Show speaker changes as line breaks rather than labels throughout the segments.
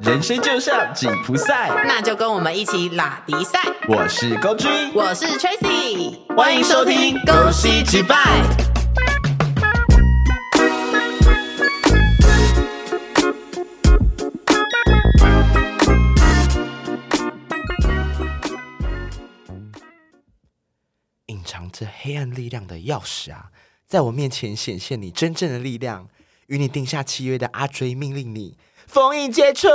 人生就像紧箍赛。
那就跟我们一起拉迪赛。
我是高君，
我是 Tracy，
欢迎收听《
恭
恭
喜
喜击
击
败
败》。》。
隐藏着黑暗力量的钥匙啊，在我面前显现你真正的力量。与你定下契约的阿追命令你封印解除，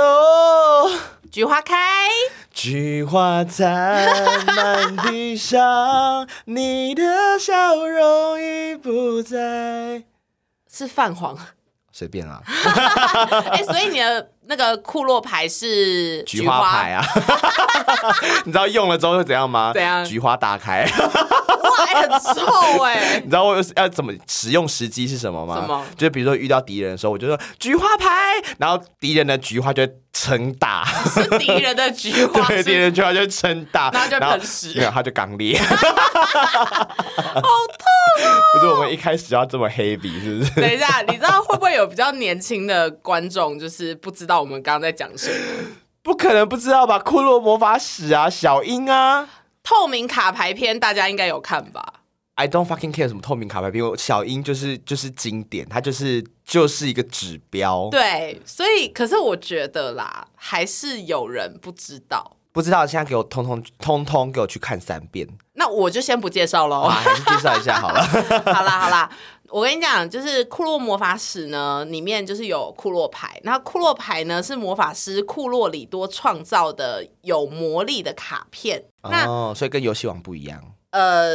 菊花开，
菊花残，满地伤，你的笑容已不在。
是泛黄。
随便啦，
哎、所以你的那个库洛牌是
菊花牌啊， 你知道用了之后会怎样吗？
怎样
菊花打开。
菊花，哇，哎很臭哎、
你知道我要怎么使用时机是什么吗？
什么
就是比如说遇到敌人的时候，我就说菊花牌，然后敌人的菊花就会撑大，
是敌人的菊花，
对，敌
是
人的菊花就会撑大，
然后就会
然后
喷屎
没有，它就刚 裂。好痛哦！不是我们一开始要这么 heavy 是不是？
等一下，你知道会不会有比较年轻的观众，就是不知道我们刚刚在讲什么？
不可能不知道吧？库洛魔法使啊，小樱啊。
透明卡牌片大家应该有看吧？
I don't fucking care 什么透明卡牌兵，我小樱就是就是经典，它就是就是一个指标。
对，所以可是我觉得啦，还是有人不知道。
不知道现在给我通通通通给我去看三遍，
那我就先不介绍喽。
哇，还是介绍一下好了。
好啦好啦，我跟你讲，就是库洛魔法史呢，里面就是有库洛牌。那库洛牌呢是魔法师库洛里多创造的有魔力的卡片。 那、
哦，所以跟游戏王不一样。
呃，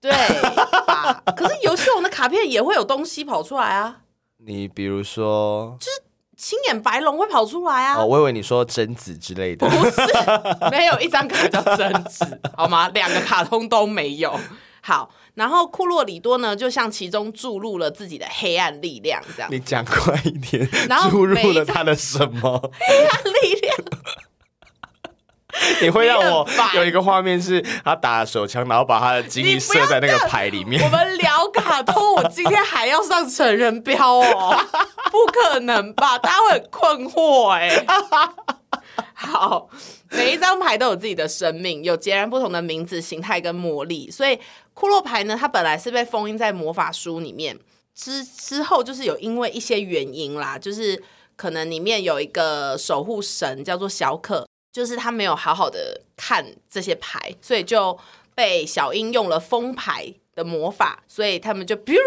对 吧？可是游戏王的卡片也会有东西跑出来啊，
你比如说，
青眼白龙会跑出来啊。
哦，我以为你说贞子之类的。
不是，没有一张卡叫贞子，好吗？两个卡通都没有。好，然后库洛里多呢，就向其中注入了自己的黑暗力量，这 样
你讲快一点
然，后
注入
每一
了
张
他的什么？
黑暗力量。
你会让我
你很烦
有一个画面是他打了手枪，然后把他的精力
你不要
射在那个牌里面
我。们聊卡通，我今天还要上成人标哦，不可能吧？大家会很困惑哎、好，每一张牌都有自己的生命，有截然不同的名字、形态跟魔力。所以库洛牌呢，它本来是被封印在魔法书里面，之之后就是有因为一些原因啦，就是可能里面有一个守护神叫做小可，就是他没有好好的看这些牌，所以就被小樱用了风牌的魔法，所以他们就 biu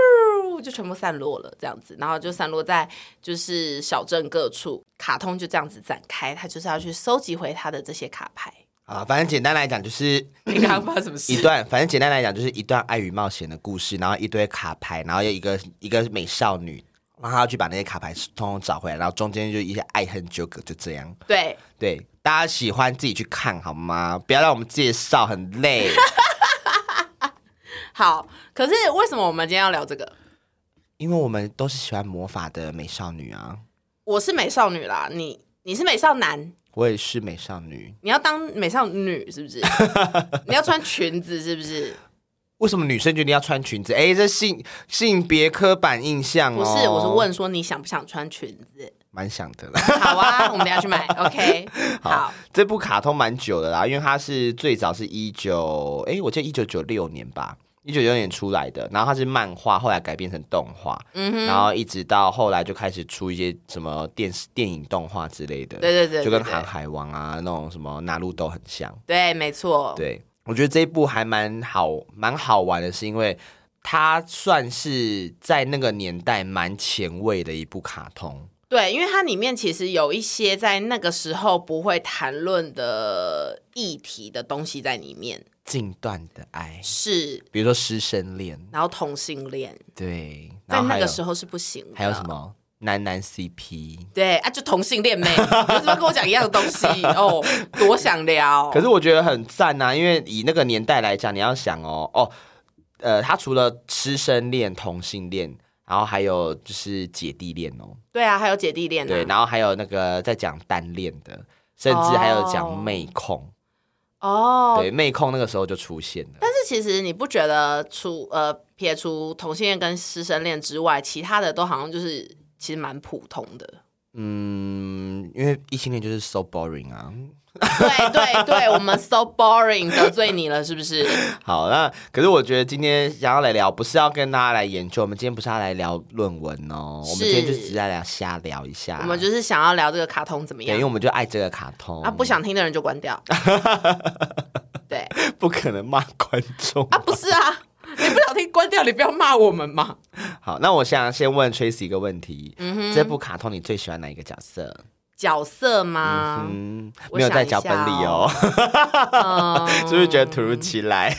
就全部散落了这样子，然后就散落在就是小镇各处。卡通就这样子展开，他就是要去搜集回他的这些卡牌。
啊，反正简单来讲就是。
你刚刚发生什么事？
一段，反正简单来讲就是一段爱与冒险的故事，然后一堆卡牌，然后有一个一个美少女，然后她要去把那些卡牌通通找回来，然后中间就一些爱恨纠葛，就这样。
对，
对，大家喜欢自己去看好吗？不要让我们介绍，很 累。
好。可是为什么我们今天要聊这个？
因为我们都是喜欢魔法的美少女啊，
我是美少女啦，你你是美少男，
我也是美少女。
你要当美少女是不 是？你要穿裙子是不是？
为什么女生决定要穿裙子？哎，这性性别刻板印象哦。
不是，我是，问说你想不想穿裙子？
蛮想的啦。
好啊，我们等一下去 买。OK，好，
这部卡通蛮久的啦，因为它是最早是一九，哎，我记得一九九六年吧。一九九六年出来的，然后它是漫画，后来改编成动画，
嗯哼，
然后一直到后来就开始出一些什么电视、电影、动画之类的。
对对对对
就跟《
对
航海王》啊那种什么哪路都很像。
对，没错，
对，我觉得这一部还蛮好，蛮好玩的，是因为它算是在那个年代蛮前卫的一部卡通。
对，因为它里面其实有一些在那个时候不会谈论的议题的东西在里面，
近段的爱，
是，
比如说师生恋，
然后同性恋
对，然
在
后
那
还
个
有
时候是不行的，
还有什？么男男 CP。
对啊，就同性 恋妹，你为什么跟我讲一样的东西？哦，多想聊。
可是我觉得很赞啊呐、因为以那个年代来讲，你要想哦，哦，呃，他除了师生恋、同性恋，然后还有就是姐弟恋哦，
对啊，还有姐弟恋、啊，
对，然后还有那个在讲单恋的，甚至还有讲妹控。
哦，
对，妹控那个时候就出现了。
但是其实你不觉得除呃撇除同性恋跟师生恋之外，其他的都好像就是其实蛮普通的。
嗯，因为异性恋就是 so boring 啊。
对对对，我们 so boring 得罪你了，是 不是？
好，那可是我觉得今天想要来聊，不是要跟大家来研究，我们今天不是要来聊论文哦，我们今天就只是来聊瞎聊一下。
我们就是想要聊这个卡通怎么
对，因
样
为我们就爱这个卡通
啊？不想听的人就关掉。 对
不可能骂观众
啊，不是啊，你不想听关掉，你不要骂我们嘛。
好，那我想先问 Tracy 一个问题，
嗯
这部卡通你最喜欢哪一个角色？
角色吗？
嗯，
我
没有在脚
想一
本
下
里哦，
嗯，
是不是觉得突如其来？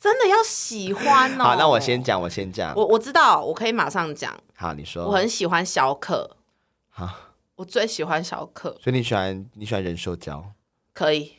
真的要喜欢哦。
好，那我先，讲，我先讲。
我我知道，我可以马上讲。
好，你说。
我很喜欢小可，
好，
我最喜欢小可，
所以你喜欢你喜欢人兽交
可以。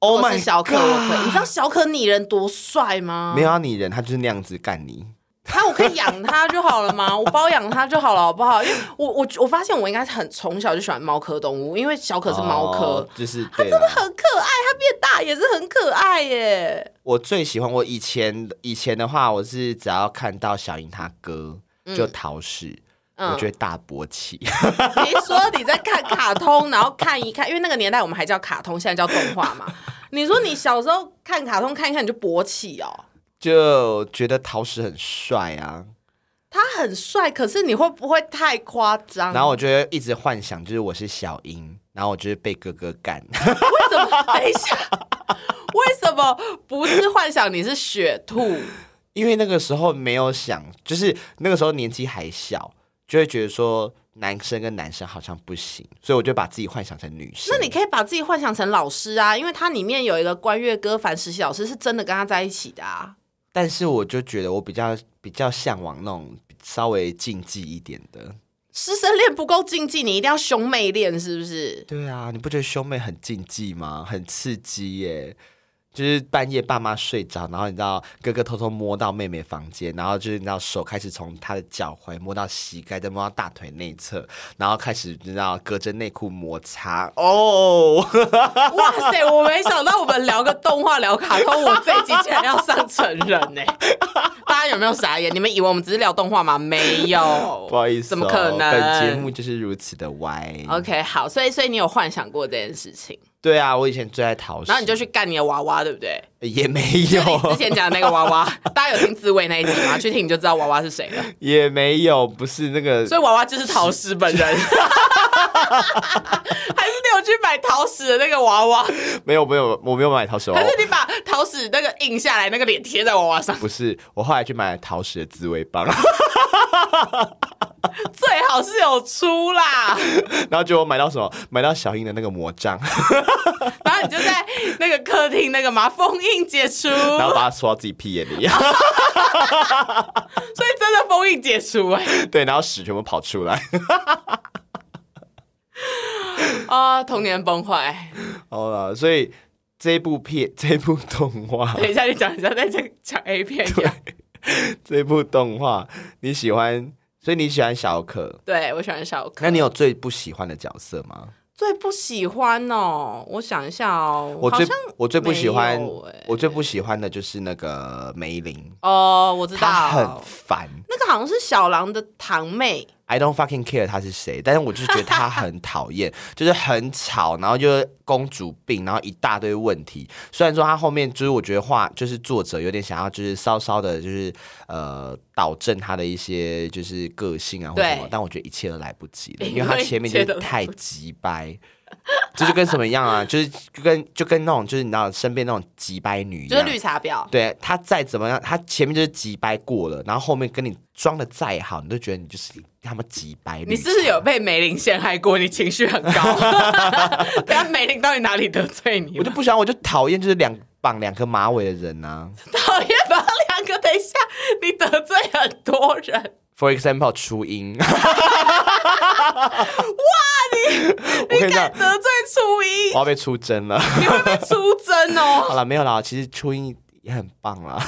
？Oh
我
my
是小可，我可以。你
god！
知道小可拟人多帅吗？
没有，要啊你人，他就是那样子干你。
他我可以养它就好了 吗？我包养它就好了，好不好？因为我我我发现我应该很从小就喜欢猫科动物，因为小可是猫科，啊
哦就是对
真的
了。
很可爱，它变大也是很可 爱耶。
我最喜欢我以前以前的话，我是只要看到小英他哥就逃市，
嗯
我就会大勃起。
你说你在看卡通，然后看一看，因为那个年代我们还叫卡通，现在叫动画嘛。你说你小时候看卡通看一看你就勃起哦，
就觉得陶石很帅啊，
他很帅，可是你会不会太夸张？
然后我就会一直幻想，就是我是小英，然后我就是被哥哥干，
为什么？等一下，为什么不是幻想你是雪兔？
因为那个时候没有想，就是那个时候年纪还小，就会觉得说男生跟男生好像不行，所以我就把自己幻想成女生。
那你可以把自己幻想成老师啊，因为它里面有一个关月歌凡实习老师是真的跟他在一起的啊。
但是我就觉得我比较比较向往那种稍微禁忌一点的。
师生恋不够禁忌，你一定要兄妹恋，是 不是？
对啊，你不觉得兄妹很禁忌吗？很刺激耶！就是半夜爸妈睡着，然后你知道哥哥偷偷摸到妹妹房间，然后就是你知道手开始从她的脚踝摸到膝盖，再摸到大腿内侧，然后开始你知道隔着内裤摩擦。 哦，
哇塞，我没想到我们聊个动画聊卡通，我这一集竟然要上成人 呢、大家有没有傻眼？你们以为我们只是聊动画吗？没有，
不好意思、哦，
怎么可能？哦
本节目就是如此的歪。
OK 好，所以所以你有幻想过这件事情，
对啊，我以前最爱逃，
然后你就去干你的娃娃，对不 对？
也没
就 你
有
之，前讲的那个娃娃，大家有听自慰那一集吗？去听你就知道娃娃是谁了。
也没有，不是那个
所以娃娃就是陶石本人，还 是你有去买陶石的那个娃娃？
没有没有，我没有买哦陶石娃
还
娃
是你把陶石那个印下来，那个脸贴在娃娃上？
不是，我后来去买了陶石的滋味棒，
最好是有出啦，
然后结果买到什么？买到小英的那个魔杖，
然后你就在那个客厅那个嘛封印解除，
然后把它戳到自己屁眼里，
所以真的封印解除哎、
对，然后屎全部跑出来。
啊，童年崩坏。
好了，所以这部片、这部动画、
等一下你讲一下，再讲讲 A 片一样。
这部动画，你喜欢？所以你喜欢小可？
对，我喜欢小可。
那你有最不喜欢的角色吗？
最不喜欢哦？我想一下哦，
我
好
最
像
我最不喜欢
没有欸，
我最不喜欢的就是那个梅林，
哦，我知
她
道
很，烦。
那个好像是小狼的堂妹，
I don't fucking care 他是谁，但是我就是觉得他很讨厌， 就是很吵，然后就是公主病，然后一大堆问题。虽然说他后面就是我觉得话，就是作者有点想要就是稍稍的，就是呃导正他的一些就是个性啊或什么
对，
但我觉得一切都来不及了，
因
因为
为
他前面就
一切
是
都来不及
太急掰。这就跟什么一样啊？就是就跟就跟那种就是你知道身边那种急掰女一
就是
样，
绿茶婊。
对他再怎么样，他前面就是急掰过了，然后后面跟你装的再好，你都觉得你就是他妈急掰。
你是不是有被梅林陷害过？你情绪很 高。等下梅林到底哪里得罪你
我就
了？
不喜欢，我就讨厌就是两绑两个马尾的人啊呐、
讨厌把两个，等一下你得罪很多人。
For example，初 音。哇，你 我跟
你
你讲
敢，得罪 初
我
一，
要被出征了。
你会被出 征
好
哦，
了，没有啦，其实初音也很棒 啦，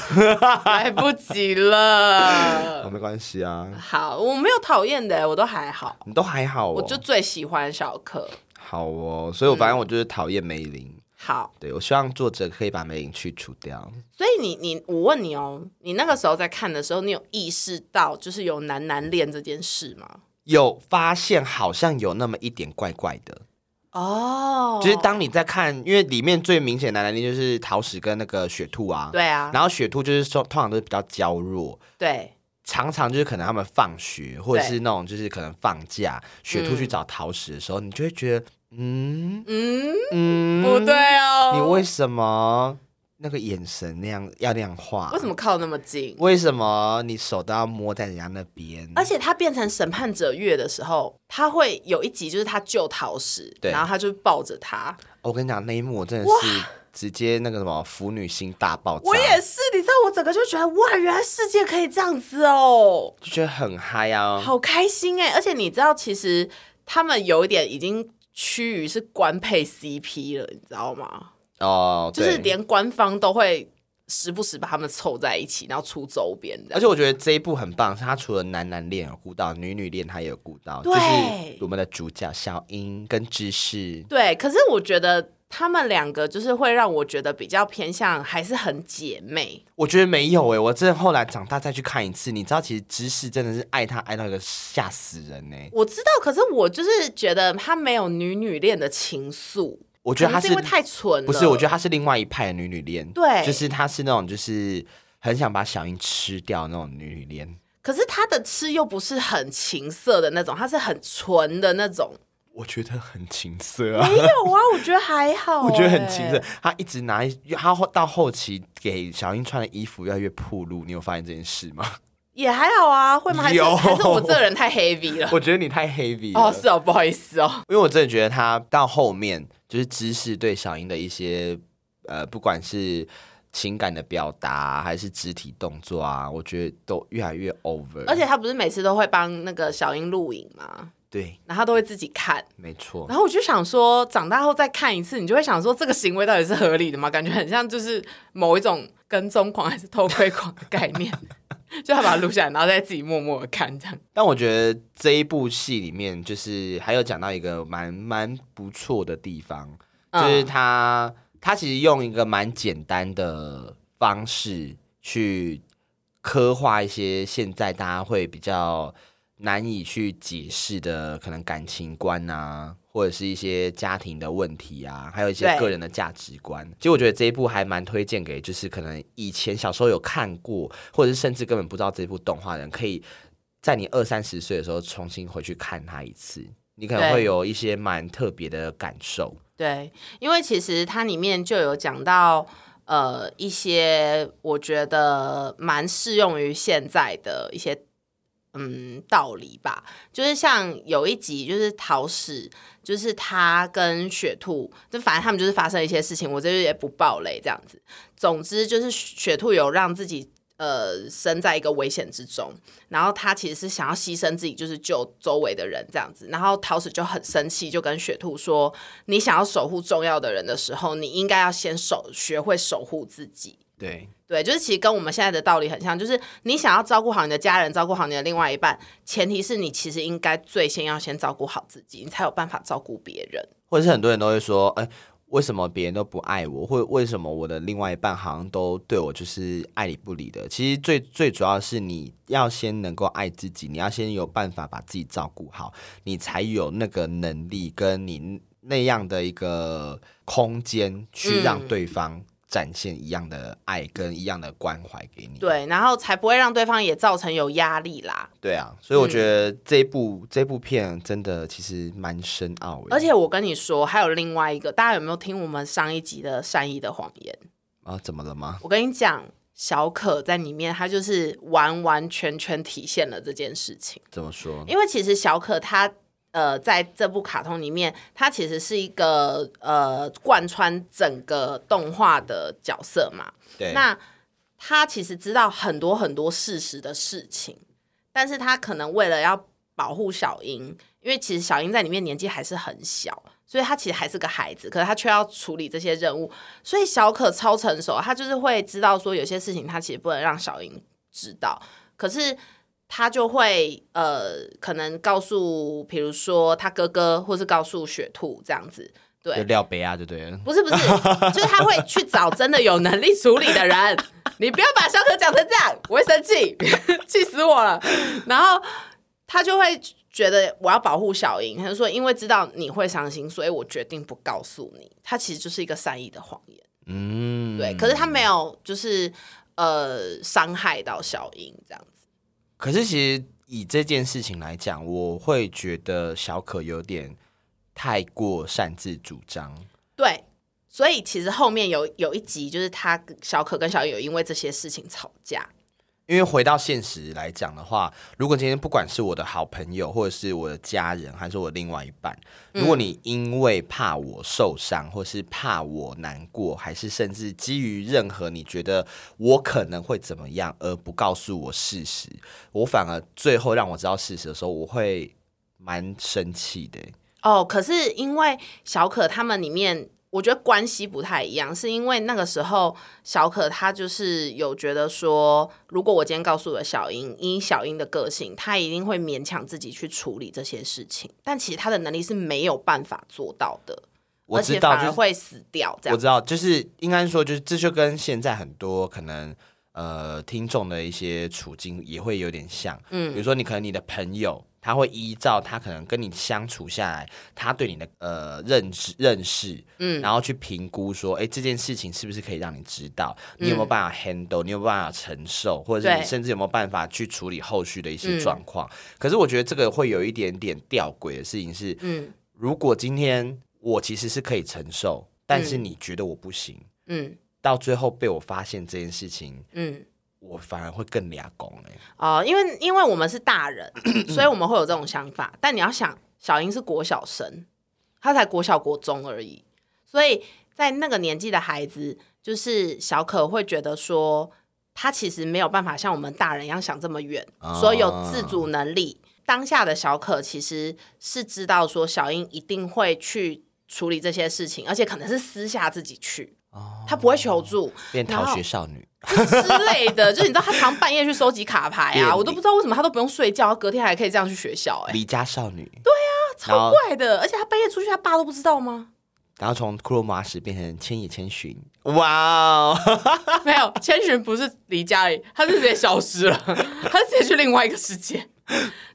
来不及了
哦、。没关系啊，
好，我没有讨厌的，我都还好。
你都还好、哦。
我就最喜欢小可。
好哦，所以我反正我就是讨厌梅林。
好，
对，我希望作者可以把梅林去除掉。
所以你你我问你哦，你那个时候在看的时候，你有意识到就是有男男恋这件事吗？
有发现好像有那么一点怪怪的，
哦，
就是当你在看，因为里面最明显的来例就是桃矢跟那个雪兔啊，
对啊，
然后雪兔就是说通常都是比较娇弱，
对
常常就是可能他们放学或者
对
是那种就是可能放
嗯
假，雪兔去找桃矢的时候，你就会觉得，嗯
嗯，
嗯，
不对，哦，
你为什么那个眼神那样要那样画？
为什么？靠那么近？
为什么你手都要摸在人家那边？
而且他变成审判者月的时候，他会有一集就是他救桃矢，
对
然后他就抱着他。
哦我跟你讲，那一幕我真的是直接那个什么腐女心大爆炸，
我也是，你知道，我整个就觉得哇，原来世界可以这样子哦，
就觉得很嗨啊。
好开心哎！而且你知道，其实他们有一点已经趋于是官配 CP 了，你知道吗？
哦，
就是
对
连官方都会时不时把他们凑在一起，然后出周边的。
而且我觉得这一部很棒，是它除了男男恋有顾到，女女恋它也有顾到，
对
就是我们的主角小樱跟芝士，
对，可是我觉得他们两个就是会让我觉得比较偏向还是很姐妹。
我觉得没有诶、我真的后来长大再去看一次，你知道其实芝士真的是爱他爱到一个吓死人欸呢、
我知道，可是我就是觉得他没有女女恋的情愫，
我觉得
可
他
能是因为太纯了。
不是，我觉得她是另外一派的女女恋，
对
就是她是那种就是很想把小樱吃掉那种女女恋。
可是他的吃又不是很情色的那种，他是很纯的那种。
我觉得很情色啊，
没有啊，我觉得还好、欸
我觉得很情色。。她一直拿一，她后到后期给小樱穿的衣服越来越暴露，你有发现这件事吗？
也还好啊，会吗？还是
有
还是我这人太 heavy 了？
我觉得你太 heavy 了，
哦，是哦，不好意思哦。
因为我真的觉得她到后面就是知识对小樱的一些呃，不管是。情感的表达啊还是肢体动作啊，我觉得都越来越 over。
而且他不是每次都会帮那个小英录影吗？
对，
然后他都会自己看。
没错。
然后我就想说，长大后再看一次，你就会想说，这个行为到底是合理的吗？感觉很像就是某一种跟踪狂还是偷窥狂的概念， 就他把它录下来，然后再自己默默的看这样。
但我觉得这一部戏里面，就是还有讲到一个蛮蛮不错的地方，就
嗯
是他、他其实用一个蛮简单的方式去刻画一些现在大家会比较难以去解释的可能感情观啊，或者是一些家庭的问题啊，还有一些
对
个人的价值观。其实我觉得这一部还蛮推荐给，就是可能以前小时候有看过，或者是甚至根本不知道这部动画的人，可以在你二三十岁的时候重新回去看它一次，你可能
对
会有一些蛮特别的感受。
对，因为其实它里面就有讲到，呃，一些我觉得蛮适用于现在的一些嗯道理吧。就是像有一集就是桃矢，就是他跟雪兔，就反正他们就是发生一些事情，我这边也不爆雷这样子。总之就是雪兔有让自己。呃，身在一个危险之中，然后他其实是想要牺牲自己，就是救周围的人这样子。然后桃矢就很生气，就跟雪兔说：“你想要守护重要的人的时候，你应该要先守学会守护自己。
对，
对，就是其实跟我们现在的道理很像，就是你想要照顾好你的家人，照顾好你的另外一半，前提是你其实应该最先要先照顾好自己，你才有办法照顾别人。
或者是很多人都会说，哎、为什么别人都不爱我，或为什么我的另外一半好像都对我就是爱理不理的？其实最最主要是你要先能够爱自己，你要先有办法把自己照顾好，你才有那个能力跟你那样的一个空间去
嗯
让对方展现一样的爱跟一样的关怀给你。
对，然后才不会让对方也造成有压力啦。
对啊，所以我
嗯
觉得这一部、这部片真的其实蛮深奥欸的，
而且我跟你说，还有另外一个，大家有没有听我们上一集的《善意的谎言》？
啊，怎么了吗？
我跟你讲，小可在里面，她就是完完全全体现了这件事情。
怎么说？
因为其实小可她呃，在这部卡通里面，她其实是一个呃贯穿整个动画的角色嘛。
对，
那她其实知道很多很多事实的事情，但是她可能为了要保护小樱，因为其实小樱在里面年纪还是很小。所以她其实还是个孩子，可是她却要处理这些任务，所以小可超成熟，她就是会知道说有些事情她其实不能让小樱知道，可是他就会呃，可能告诉，比如说他哥哥，或是告诉雪兔这样子。
就
对，
廖北亚就对了。
不是不是，就是他会去找真的有能力处理的人。你不要把 小可讲成这样，我会生气，气死我了。然后他就会觉得我要保护小英，他就说因为知道你会伤心，所以我决定不告诉你。他其实就是一个善意的谎言，
嗯，
对。可是他没有就是呃伤害到小英这样子，
可是其实以这件事情来讲，我会觉得小可有点太过擅自主张。
对。所以其实后面有有一集就是他跟小可跟小英有因为这些事情吵架，
因为回到现实来讲的话，如果今天不管是我的好朋友，或者是我的家人，还是我另外一半，如
嗯
果你因为怕我受伤，或是怕我难过，还是甚至基于任何你觉得我可能会怎么样而不告诉我事实，我反而最后让我知道事实的时候，我会蛮生气的。欸
哦，可是因为小可他们里面，我觉得关系不太一样，是因为那个时候小可她就是有觉得说，如果我今天告诉了小英，以小英的个性，她一定会勉强自己去处理这些事情，但其实她的能力是没有办法做到的，
我
而
知
且
道
反
就是
而会死掉这
我
样。
知道，就是应该说，就是这就跟现在很多可能呃听众的一些处境也会有点像，嗯，比如说你可能你的朋友。他会依照他可能跟你相处下来，他对你的呃认知认识，嗯，然后去评估说，哎，这件事情是不是可以让你知道，你有没有办法 handle，、你有没有办法承受，或者是你
嗯对嗯
甚至有没有办法去处理后续的一些状况。可是我觉得这个会有一点点吊诡的事情是，
嗯
如果今天我其实是可以承受，但是你觉得我不行，
嗯
到最后被我发现这件事情，
嗯，
我反而会更俩拱哎。
哦，因为因为我们是大人，所以我们会有这种想法。但你要想，小英是国小生，她才国小国中而已，所以在那个年纪的孩子，就是小可会觉得说，他其实没有办法像我们大人一样想这么远，
啊
所以有自主能力。当下的小可其实是知道说，小英一定会去处理这些事情，而且可能是私下自己去，她不会求助，
变
然后
逃学少女，
之类的，就是你知道他常半夜去收集卡牌
便利
啊，我都不知道为什么他都不用睡觉，隔天还可以这样去学校、哎，
离家少女，对，然
超
后
怪的。而且他半夜出去，他爸都不知道吗？
然后从骷髅马史变成千与千寻，哇、哦，
没有，千寻不是离家里，他是直接消失了，他是直接去另外一个世界。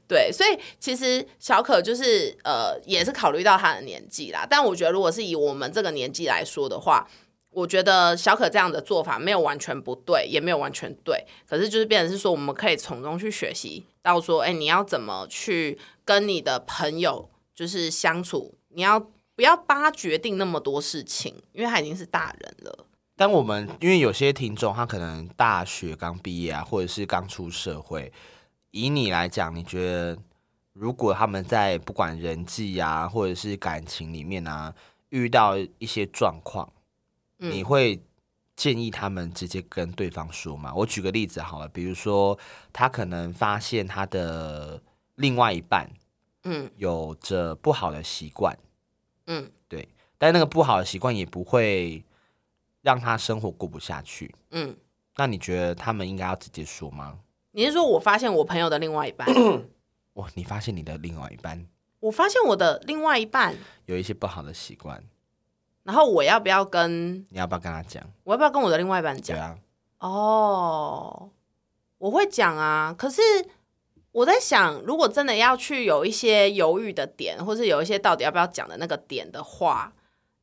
对，所以其实小可就是呃，也是考虑到他的年纪啦。但我觉得，如果是以我们这个年纪来说的话，我觉得小可这样的做法没有完全不对，也没有完全对。可是就是变成是说，我们可以从中去学习到说，哎，你要怎么去跟你的朋友就是相处，你要不要帮他决定那么多事情，因为他已经是大人了。
但我们因为有些听众他可能大学刚毕业啊，或者是刚出社会，以你来讲，你觉得如果他们在不管人际啊，或者是感情里面啊，遇到一些状况，
嗯
你会建议他们直接跟对方说吗？我举个例子好了，比如说他可能发现他的另外一半
嗯
有着不好的习惯，
嗯。
对，但那个不好的习惯也不会让他生活过不下去。
嗯，
那你觉得他们应该要直接说吗？
你是说我发现我朋友的另外一半？
哇，你发现你的另外一半
我发现我的另外一半，
有一些不好的习惯，
然后我要不要跟
你要不要跟他讲？
我要不要跟我的另外一半
对
讲？
啊，
哦，我会讲啊。可是我在想，如果真的要去有一些犹豫的点，或是有一些到底要不要讲的那个点的话，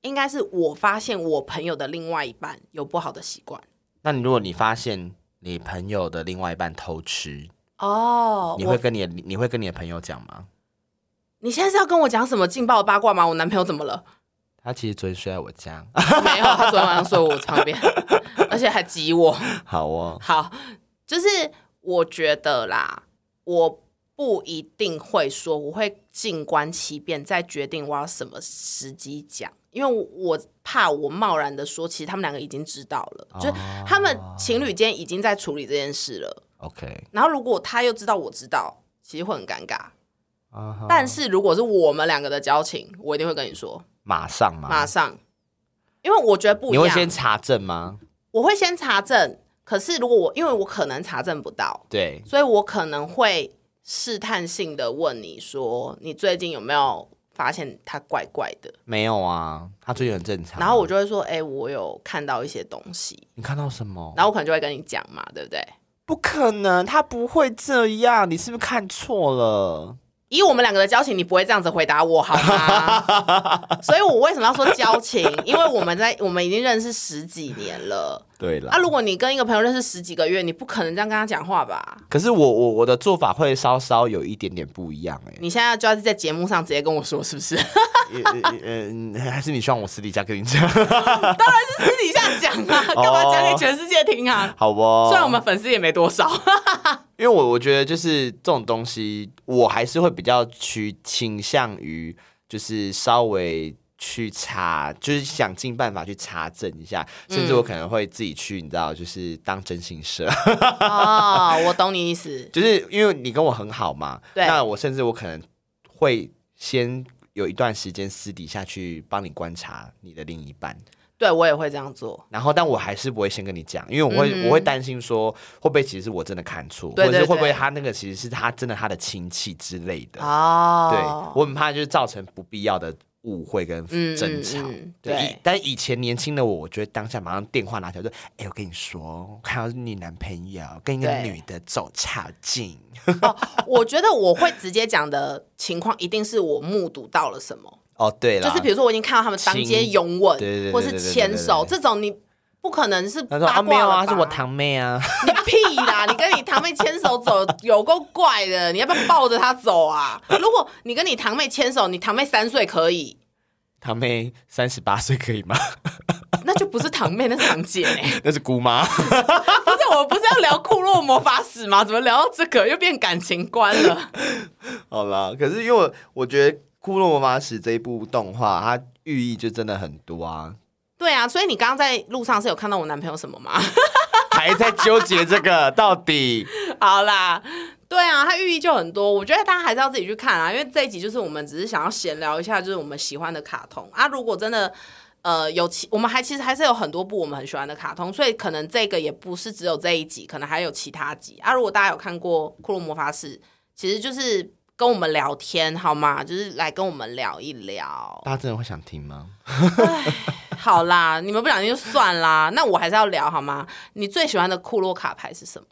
应该是我发现我朋友的另外一半有不好的习惯。
那你如果你发现你朋友的另外一半偷吃，
哦，
你
我
会跟你的你会跟你的朋友讲吗？
你现在是要跟我讲什么劲爆的八卦吗？我男朋友怎么了？
他其实昨天睡在我家，
没有，他昨天晚上睡我旁边， 而且还挤我。
好哦，
好，就是我觉得啦，我不一定会说，我会静观其变，再决定我要什么时机讲，因为我怕我贸然的说，其实他们两个已经知道了，就是他们
哦
情侣间已经在处理这件事了。
，OK，
然后如果他又知道我知道，其实会很尴尬。
啊哈
但是如果是我们两个的交情，我一定会跟你说，
马上嘛，
马上，因为我觉得不一
你
样。
会先查证吗？
我会先查证，可是如果我因为我可能查证不到，
对，
所以我可能会试探性的问你说，你最近有没有发现他怪怪的？
没有啊，他最近很正常。
然后我就会说，哎、我有看到一些东西，
你看到什么？
然后我可能就会跟你讲嘛，对不对？
不可能，他不会这样，你是不是看错了？
以我们两个的交情，你不会这样子回答我好吗？所以我为什么要说交情？因为我们在我们已经认识十几年了。
对了
啊，，如果你跟一个朋友认识十几个月，你不可能这样跟他讲话吧？
可是我我我的做法会稍稍有一点点不一样哎、
你现在就要在节目上直接跟我说，是不 是？
嗯、呃还是你希望我私底下跟你讲，
当然是私底下讲啊，干嘛讲给全世界听啊？
好不？
虽然我们粉丝也没多少，
因为我我觉得就是这种东西，我还是会比较去倾向于就是稍微去查，就是想尽办法去查证一下，
嗯
甚至我可能会自己去，你知道，就是当真心 社，
哦，我懂你意思。
就是因为你跟我很好嘛，
对
那我甚至我可能会先有一段时间私底下去帮你观察你的另一半。
对我也会这样做。
然后，但我还是不会先跟你讲，因为我会、我会担心说，会不会其实是我真的看错，
嗯对对
或者是会不会
对
他那个其实是他真的他的亲戚之类的。对
哦，，
我很怕就是造成不必要的误会跟
嗯
争吵。
嗯嗯
对，
对
以但以前年轻的我，我觉得当下马上电话拿起来就，哎、我跟你说，我看到你男朋友跟一个
对
女的走超近，
我觉得我会直接讲的情况，一定是我目睹到了什么，
哦，对
就
了，
是比如说我已经看到他们当街拥吻，
亲对对对
或是牵
对
手
对对对对
这种，你不可能是
他说
八
啊，没
卦
有
了吧
啊，是我堂妹啊，
你屁啦！你跟你堂妹牵手走，有够怪的。你要不要抱着她走啊？如果你跟你堂妹牵手，你堂妹三岁可以，
堂妹三十八岁可以吗？
那就不是堂妹，那是堂姐、欸。
那是姑妈。
不是，我们不是要聊库洛魔法史 吗？怎么聊到这个又变感情观了？
好啦，可是因为我我觉得《骷髅魔法使》这一部动画，它寓意就真的很多啊，
对啊，所以你刚刚在路上是有看到我男朋友什么吗？
还在纠结这个到底。
好啦，对啊，它寓意就很多，我觉得大家还是要自己去看啊，因为这一集就是我们只是想要闲聊一下，就是我们喜欢的卡通啊。如果真的呃有其，我们还其实还是有很多部我们很喜欢的卡通，所以可能这个也不是只有这一集，可能还有其他集啊。如果大家有看过《骷髅魔法使》，其实就是跟我们聊天好吗？就是来跟我们聊一聊。
大家真的会想听吗？
好啦，你们不想听就算啦，那我还是要聊好吗？你最喜欢的库洛卡牌是什么？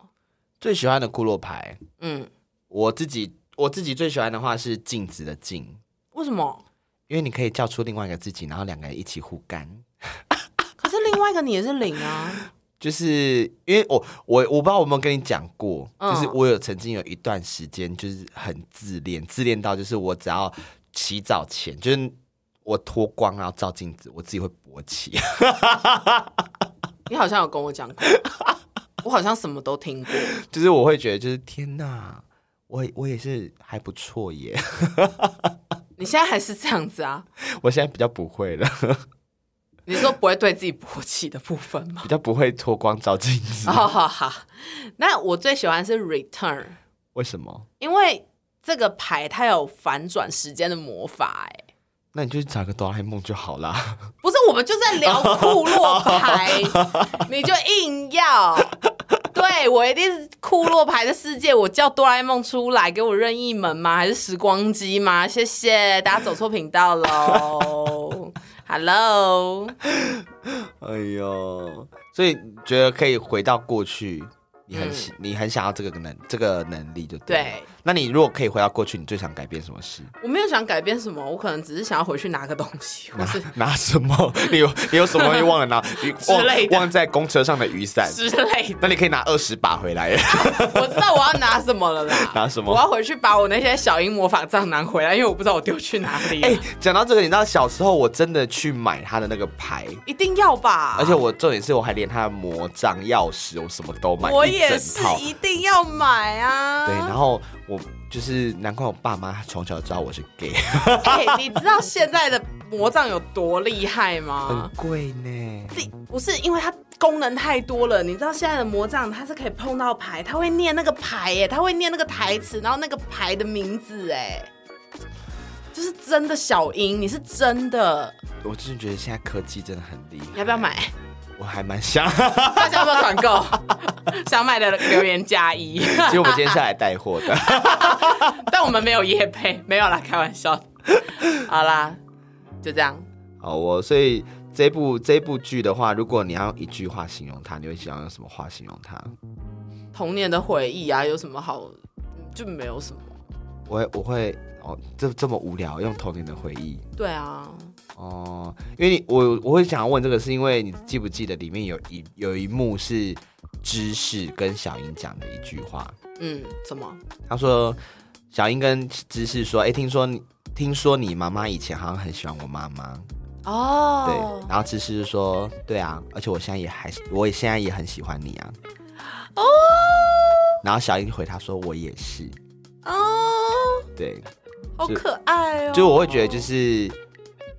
最喜欢的骷髅牌，
嗯，
我自己我自己最喜欢的话是镜子的镜，
为什么？
因为你可以叫出另外一个自己，然后两个人一起互干。
可是另外一个你也是零啊，
就是因为我我我不知道我有没有跟你讲过，
嗯
就是我有曾经有一段时间就是很自恋，自恋到就是我只要洗澡前，就是我脱光然后照镜子，我自己会勃起。
你好像有跟我讲 过，我好像什么都听过。
就是我会觉得，就是天哪，我我也是还不错耶。
你现在还是这样子啊？
我现在比较不会了，
你说不会对自己勃起的部分吗？
比较不会脱光照镜子。
哦，好好，那我最喜欢是 Return，
为什么？
因为这个牌它有反转时间的魔法、哎，
那你就去找个哆啦 A 梦就好啦。
不是，我们就在聊库洛牌，你就硬要。对我一定是库洛牌的世界，我叫哆啦 A 梦出来给我任意门吗？还是时光机吗？谢谢，大家走错频道喽。Hello，
哎呦，所以你觉得可以回到过去，你很、喜，你很想要这个能这个能力就嗯对了。
对
那你如果可以回到过去，你最想改变什么事？
我没有想改变什么，我可能只是想要回去拿个东西，或是
拿什么？你有你有什么东西忘了拿？你忘
类的
忘在公车上的雨伞。
之类的。
那你可以拿二十把回来耶。
我知道我要拿什么了啦，
拿什么
我要回去把我那些小樱魔法杖拿回来，因为我不知道我丢去哪里了。
哎、讲到这个，你知道小时候我真的去买他的那个牌，
一定要吧？
而且我重点是我还连他的魔杖、钥匙，我什么都买，
我
一
也
整
是
套。
一定要买啊！
对，然后我就是难怪我爸妈从小知道我是 gay，
哎、你知道现在的魔杖有多厉害吗
很？贵 呢。
这不是因为它功能太多了，你知道现在的魔杖它是可以碰到牌，它会念那个牌耶，它会念那个台词，然后那个牌的名字哎，就是真的小樱，你是真的，
我真的觉得现在科技真的很厉害。
你要不要买？
我还蛮 想，
大家要不要团购？ 想买的留言加一，
其实我们今天是来带货的。
但我们没有夜配，没有啦，开玩笑的。好啦，就这样。
好哦，所以这部这部剧的话，如果你要用一句话形容它，你会想要用什么话形容它？
童年的回忆啊，有什么好？嗯就没有什么。
我会我会哦，这这么无聊，用童年的回忆
对啊，
哦，因为你我我会想要问这个，是因为你记不记得里面有一有一幕是芝士跟小英讲的一句话，
嗯，怎么？
他说小英跟芝士说，哎，听说你听说你妈妈以前好像很喜欢我妈妈，对
哦，，
然后芝士就说，对啊，而且我现在也还是，我也现在也很喜欢你啊，
哦，
然后小英回他说我也是，
哦，
对，
好可爱哦。
就我会觉得就是，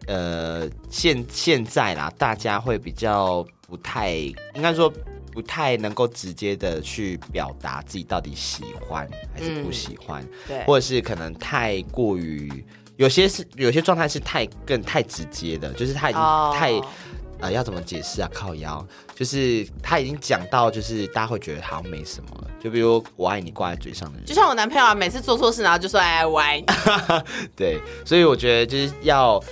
呃，现现在啦，大家会比较不太，应该说不太能够直接的去表达自己到底喜欢还是不喜欢，
嗯对，
或者是可能太过于有些是有些状态是太更太直接的，就是他已经
哦
太。呃，要怎么解释啊？靠腰，就是他已经讲到，就是大家会觉得好像没什么了。就比如“我爱你”挂在嘴上的人，
就像我男朋友啊，每次做错事，然后就说哎 我爱你，
对，所以我觉得就是要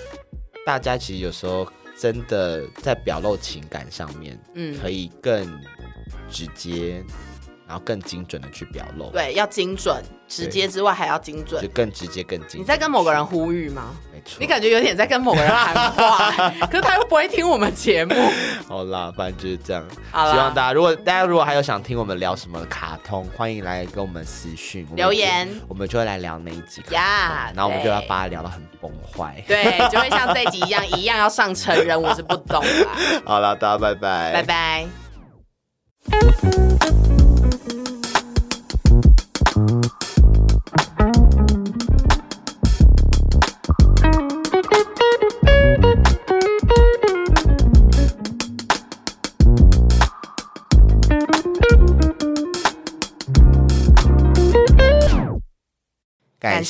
大家其实有时候真的在表露情感上面，
嗯
可以更直接，然后更精准的去表露，，
对，要精准，直接之外还要精
就
准。
更直接更精。
你在跟某个人，呼吁吗？
没错，
你感觉有点在跟某个人 喊话，可是他又不会听我们节目。
好啦，反正就是这样。
好啦
希望大家，如果大家如果还有想听我们聊什么卡通，欢迎来跟我们私讯我们就
留言
我们就会来聊那一集卡通
呀
然后我们就要
对
把它聊到很崩坏。
对，就会像这一集一样，一样要上成人，我是不 懂啦。
好啦，大家拜拜，
拜。拜。
感